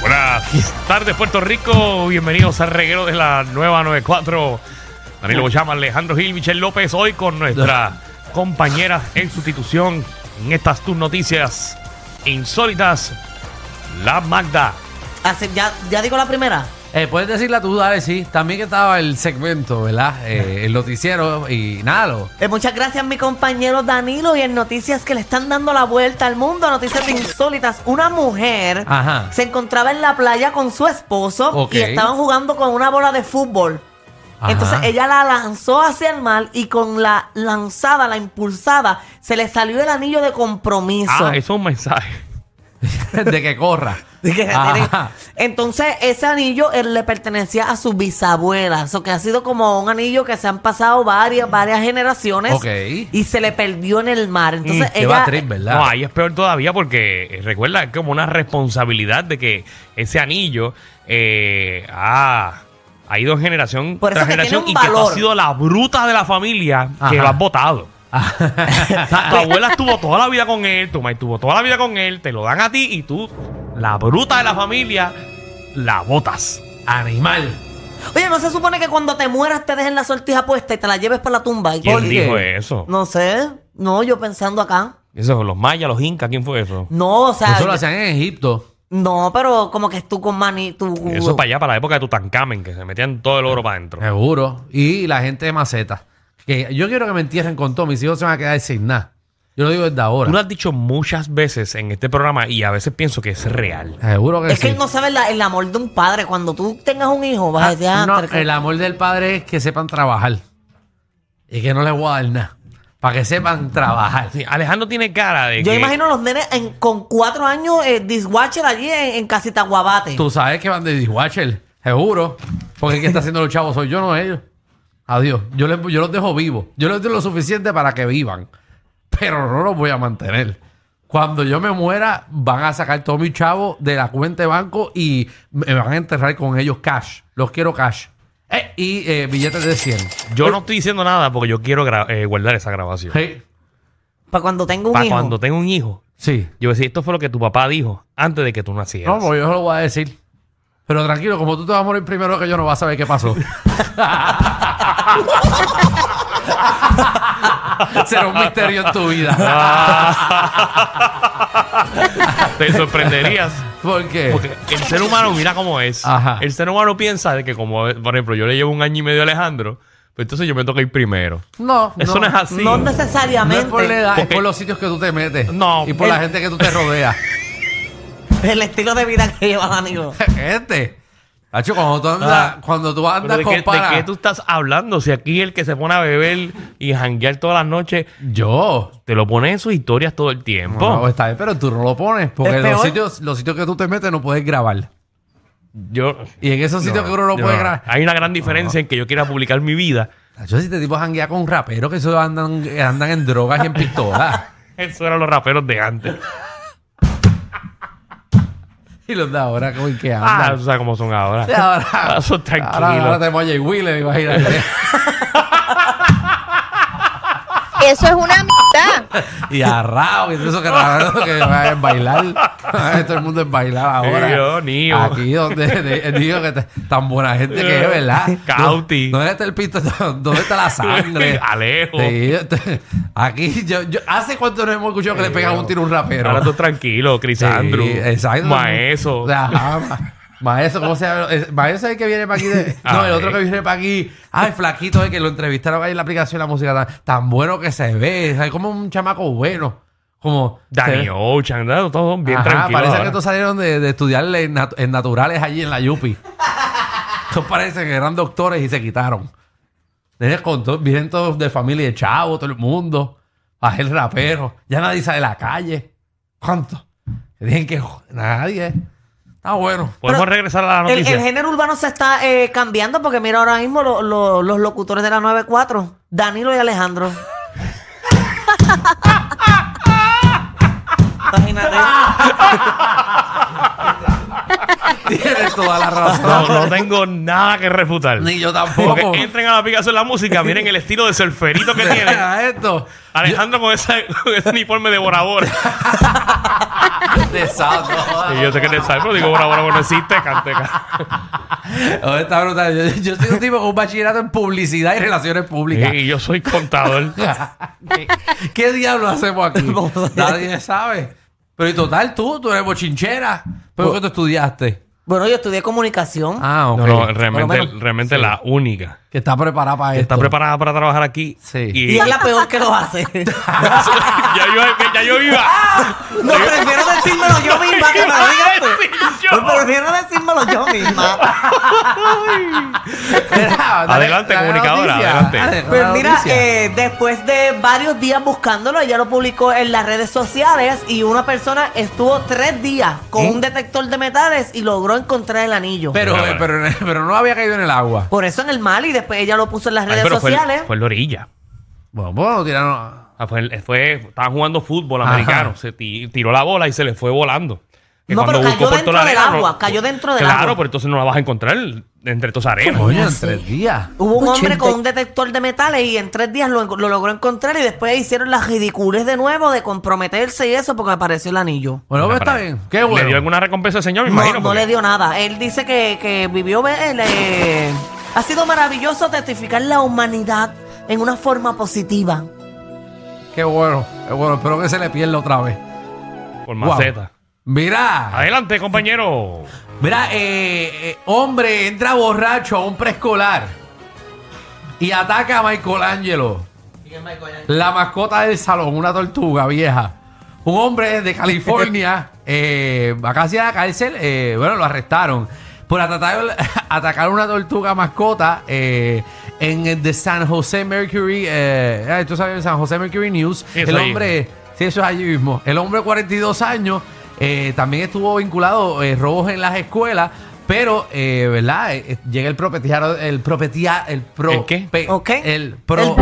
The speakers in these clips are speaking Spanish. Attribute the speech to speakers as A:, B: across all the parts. A: Buenas tardes, Puerto Rico. Bienvenidos al reguero de la nueva 94. Danilo Bochama, Alejandro Gil, Michel López, hoy con nuestra compañera en sustitución en estas tus noticias insólitas, la Magda. Ah,
B: Hace- ya, ya digo la primera.
C: Eh, puedes decirla tú, dale, sí. También que estaba el segmento, ¿verdad? Eh, el noticiero y nada, lo-
B: Eh, muchas gracias, mi compañero Danilo. Y en noticias que le están dando la vuelta al mundo, noticias insólitas. Una mujer
C: Ajá.
B: se encontraba en la playa con su esposo
C: Ok.
B: y estaban jugando con una bola de fútbol.
C: Ajá.
B: Entonces ella la lanzó hacia el mar y con la lanzada, la impulsada, se le salió el anillo de compromiso.
A: Ah, eso es un mensaje.
C: de que corra.
B: De que-
C: Ajá.
B: Entonces, ese anillo eh, le pertenecía a su bisabuela. Eso que ha sido como un anillo que se han pasado varias, varias generaciones.
C: Ok. Mm,
B: Y se le perdió en el mar. Entonces,
C: Qué
B: ella.
C: va trip, ¿verdad?
A: No, ahí es peor todavía porque eh, recuerda, es como una responsabilidad de que ese anillo eh, ha, ha ido en generación
B: Por eso
A: tras
B: que tiene
A: generación
B: un
A: y que tú
B: valor.
A: has sido la bruta de la familia que
C: Ajá.
A: lo has votado. O sea, tu abuela estuvo toda la vida con él, tu mamá estuvo toda la vida con él, te lo dan a ti y tú, la bruta de la familia, la botas.
C: Animal.
B: Oye, no se supone que cuando te mueras te dejen la sortija puesta y te la lleves para la tumba. Y-
A: ¿Quién
C: qué?
A: dijo eso?
B: No sé. No, yo pensando acá.
A: Eso son los mayas, los incas, ¿quién fue eso?
B: No, o sea.
C: Eso lo hacían en Egipto.
B: No, pero como que tú con mani. Tú,
A: Eso es para allá, para la época de Tutankamen, que se metían todo el oro para adentro.
C: Seguro. Y la gente de Maceta. Que yo quiero que me entierren con todo. Mis hijos se van a quedar sin nada. Yo lo digo desde ahora.
A: Tú lo has dicho muchas veces en este programa y a veces pienso que es real.
C: Seguro que
B: es
C: sí.
B: que él no sabe la- el amor de un padre. Cuando tú tengas un hijo, vas a
C: Ah,
B: decir, "Ah,
C: no,
B: pero que-
C: el amor del padre es que sepan trabajar. Y que no les voy a dar nada. Para que sepan trabajar.
A: Sí, Alejandro tiene cara de
B: Yo
A: que
B: imagino los nenes en- con cuatro años eh, dishwasher allí en, en Casita Guabate.
C: Tú sabes que van de dishwasher, seguro. Porque el que está haciendo los chavos soy yo, no ellos. Adiós. Yo, les- yo los dejo vivos. Yo les doy lo suficiente para que vivan. Pero no los voy a mantener. Cuando yo me muera, van a sacar todos mis chavos de la cuenta de banco y me van a enterrar con ellos cash. Los quiero cash. Eh, y eh, billetes de 100.
A: yo no estoy diciendo nada porque yo quiero gra- eh, guardar esa grabación.
C: Sí.
B: Para cuando tenga un
A: Para
B: hijo.
A: cuando tenga un hijo.
C: Sí.
A: Yo decía, esto fue lo que tu papá dijo antes de que tú nacieras.
C: No, pues yo se lo voy a decir. Pero tranquilo, como tú te vas a morir primero que yo, no vas a saber qué pasó. Será un misterio en tu vida.
A: Ah.
C: Ah.
A: Te sorprenderías.
C: ¿Por qué?
A: Porque el ser humano, mira cómo es.
C: Eh. Ajá.
A: El ser humano piensa de que como, por ejemplo, yo le llevo un año y medio a Alejandro, pues entonces yo me toca ir primero.
C: no,
A: Eso no, es así.
B: No
C: No es
B: necesariamente.
C: por la edad,
A: Porque-
C: es por los sitios que tú te metes.
A: No,
C: Y por la
A: el-
C: gente que tú te rodeas.
B: El estilo de vida que lleva Danilo.
C: gente. Tacho, cuando tú andas,
A: Ah.
C: cuando tú andas
A: Pero ¿De,
C: con
A: qué, de
C: panas-
A: qué tú estás hablando? Si aquí el que se pone a beber y janguear todas las noches,
C: Yo.
A: te lo pone en sus historias todo el tiempo.
C: No, está bien, pero tú no lo pones. Porque
B: Es
C: los
B: peor.
C: sitios, los sitios que tú te metes no puedes grabar.
A: Yo,
C: Y en esos sitios que uno no
A: yo-
C: puede grabar.
A: Hay una gran diferencia en que yo quiera publicar mi vida.
C: Yo si este tipo janguea con raperos que eso andan, andan en drogas y en pistolas.
A: Eso eran los raperos de antes.
C: y los de ahora, como que
A: Ah,
C: andan.
A: tú sabes cómo son ahora.
C: Sí, ahora,
A: Ah, eso es tranquilo.
C: ahora, ahora tenemos a Jay Wheeler, imagínate.
D: Eso es una mitad.
C: y a Rao, y todos esos raperos que van a bailar. Todo el mundo es bailar ahora.
A: Dios mío.
C: Aquí donde de- digo que te- tan buena gente que es, ¿verdad?
A: Cauti.
C: ¿Dó- ¿Dónde está el pito? ¿Dónde está la sangre?
A: Alejo.
C: Sí, este- aquí, yo, yo- ¿hace cuánto no hemos escuchado que le pegan un tiro a un rapero?
A: Ahora tú tranquilo, Crisandro.
C: Sí, exacto.
A: Maeso.
C: O sea, ah, ma- Maeso, ¿cómo se llama? Es- Maeso es el que viene para aquí. de- no,
A: Ay.
C: el otro que viene para aquí. Ay, flaquito, el que lo entrevistaron ahí en la aplicación de la música. Tan, tan bueno que se ve. Es como un chamaco bueno. Como.
A: Danny
C: se-
A: Ocean, ¿no? todos son bien
C: Ajá,
A: tranquilos.
C: Parece
A: ahora.
C: que estos salieron de, de estudiar en, nat- en naturales allí en la Yupi. estos parecen que eran doctores y se quitaron. Tienes con todo- vienen todos de familia de chavo, todo el mundo. a el rapero. Ya nadie sale a la calle. ¿Cuánto? Que Dicen que jo- nadie. Está bueno.
A: Podemos
B: Pero
A: regresar a la
B: El,
A: noticia.
B: el género urbano se está eh, cambiando porque mira ahora mismo lo- lo- los locutores de la 94, Danilo y Alejandro. Imagínate.
C: Tienes toda la razón.
A: no, no tengo nada que refutar.
C: Ni yo
A: Porque
C: tampoco.
A: entren a la aplicación de la música, miren el estilo de surferito que tiene.
C: Mira esto.
A: Alejandro con, esa- con ese uniforme de Bora Bora.
C: Desato.
A: Y yo sé que te salgo, digo Bora Bora, no existe, canteca.
C: Oh, está brutal. Yo, yo soy un tipo con un bachillerato en publicidad y relaciones públicas.
A: Y yo soy contador.
C: ¿Qué diablo hacemos aquí? Nadie sabe. Pero en total, tú, tú eres bochinchera. ¿Pero qué tú estudiaste?
B: bueno, yo estudié comunicación.
C: Ah, ok.
A: No, no, realmente,
C: Por lo menos-
A: realmente la única.
C: Que está preparada para
A: que
C: esto.
A: Está preparada para trabajar aquí.
C: Sí.
B: y
A: Y
B: es la peor que lo hace.
A: ya, yo, ya yo
C: Ah,
A: iba.
B: No, prefiero decírmelo yo misma que me lo digas tú. Yo prefiero decírmelo yo misma.
C: Mira, dale-
A: Adelante,
C: dale la
A: comunicadora,
C: noticia.
A: adelante.
C: Dale, dale
B: Pues
C: la
B: mira,
C: noticia.
B: eh, después de varios días buscándolo, ella lo publicó en las redes sociales y una persona estuvo tres días
A: ¿Eh?
B: con un detector de metales y logró encontrar el anillo.
C: pero,
A: Mira,
C: eh, pero, pero no había caído en el agua.
B: Por eso en el mal y después ella lo puso en las
A: Ay,
B: redes
A: pero fue,
B: sociales.
A: fue en la orilla.
C: Bueno, bueno, tiraron.
A: Ah, fue, fue- estaban jugando fútbol
C: Ajá.
A: americano. Se ti- tiró la bola y se le fue volando. Que
B: No,
A: cuando
B: pero
A: buscó
B: cayó
A: por
B: dentro
A: toda la
B: del
A: arena,
B: agua, cayó dentro del
A: claro,
B: agua.
A: pero entonces no la vas a encontrar entre todas arenas.
C: Coño, en
B: así?
C: tres días.
B: Hubo un hombre con un detector de metales y en tres días lo, lo logró encontrar y después hicieron las ridicules de nuevo de comprometerse y eso porque apareció el anillo.
C: Bueno,
A: Mira,
C: pues está
A: para-
C: bien. Qué bueno.
A: ¿Le dio alguna recompensa al señor? Me
B: No,
A: imagino.
B: no
A: porque-
B: le dio nada. Él dice que, que vivió... eh, le- Ha sido maravilloso testificar la humanidad en una forma positiva.
C: Qué bueno. Qué bueno. Espero que se le pierda otra vez.
A: Por
C: Guau.
A: maceta.
C: Mira.
A: Adelante, compañero.
C: Mira, eh, eh, hombre entra borracho a un preescolar y ataca a Michelangelo. La mascota del salón, una tortuga vieja. Un hombre de California, eh, va casi a la cárcel, eh, bueno, lo arrestaron por atacar, atacar una tortuga mascota eh, en el de San José Mercury, eh, ay, tú sabes, San José Mercury News.
A: Sí, eso
C: el
A: ahí.
C: hombre... Sí, eso es allí mismo. El hombre de 42 años eh, también estuvo vinculado a robos en las escuelas, pero, eh, ¿verdad? Eh, eh, llega el propietario, el propietario, el pro,
A: ¿El qué?
C: pe-
B: Ok.
C: el pro-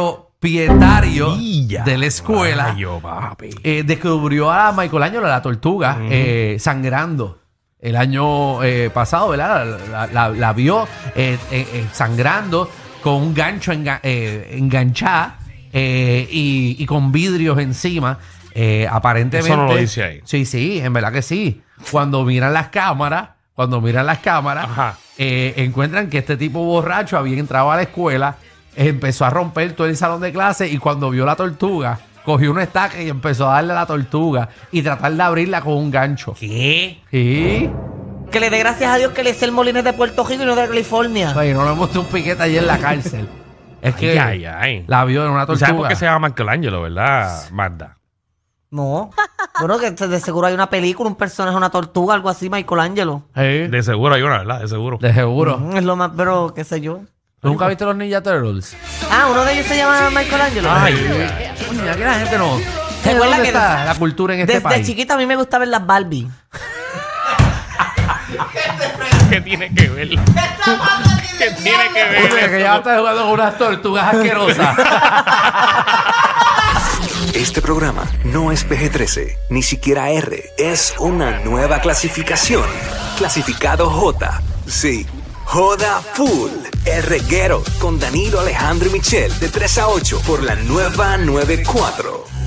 C: propietario de la escuela
A: Ay, yo, papi.
C: eh, descubrió a Michelangelo, la tortuga, eh, sangrando. El año eh, pasado, ¿verdad? La, la- la- la vio eh, eh, eh, sangrando con un gancho enga- eh, enganchada eh, y, y con vidrios encima. Eh, aparentemente.
A: Eso no lo dice ahí.
C: Sí, sí, en verdad que sí. Cuando miran las cámaras, cuando miran las cámaras,
A: Ajá.
C: eh, encuentran que este tipo borracho había entrado a la escuela, empezó a romper todo el salón de clase y cuando vio la tortuga, cogió una estaca y empezó a darle a la tortuga y tratar de abrirla con un gancho.
A: ¿Qué?
C: Sí.
B: Que le dé gracias a Dios que le hice el molino de Puerto Rico y no de California.
C: Oye, no le hemos un piquete ayer en la cárcel. Es que
A: Ay, ay, ay.
C: la vio en una
A: ¿Tú sabes por
C: tortuga.
A: qué se llama Michelangelo, verdad, Magda?
B: No. Bueno, que de seguro hay una película, un personaje, una tortuga, algo así, Michelangelo.
C: Sí.
A: De seguro hay una, ¿verdad? De seguro.
C: De seguro.
B: Mm, Es lo más, pero qué sé yo.
C: ¿Tú nunca viste los Ninja Turtles?
B: Ah, uno de ellos se llama Michelangelo.
A: Ay, ay.
C: Coño, aquí la gente no.
B: Recuerda
C: ¿Dónde
B: que
C: está
B: des-
C: la cultura en este
B: Desde
C: país?
B: chiquita a mí me gusta ver las Barbie.
A: ¿Qué tiene que ver? ¿Qué tiene que ver?
C: Oye, que ya
A: esto?
C: estás jugando con unas tortugas asquerosas.
E: Este programa no es PG-13, ni siquiera R. Es una nueva clasificación. Clasificado J. Sí. Joda Full. El reguero con Danilo Alejandro y Michel de 3 a 8 por la nueva 94.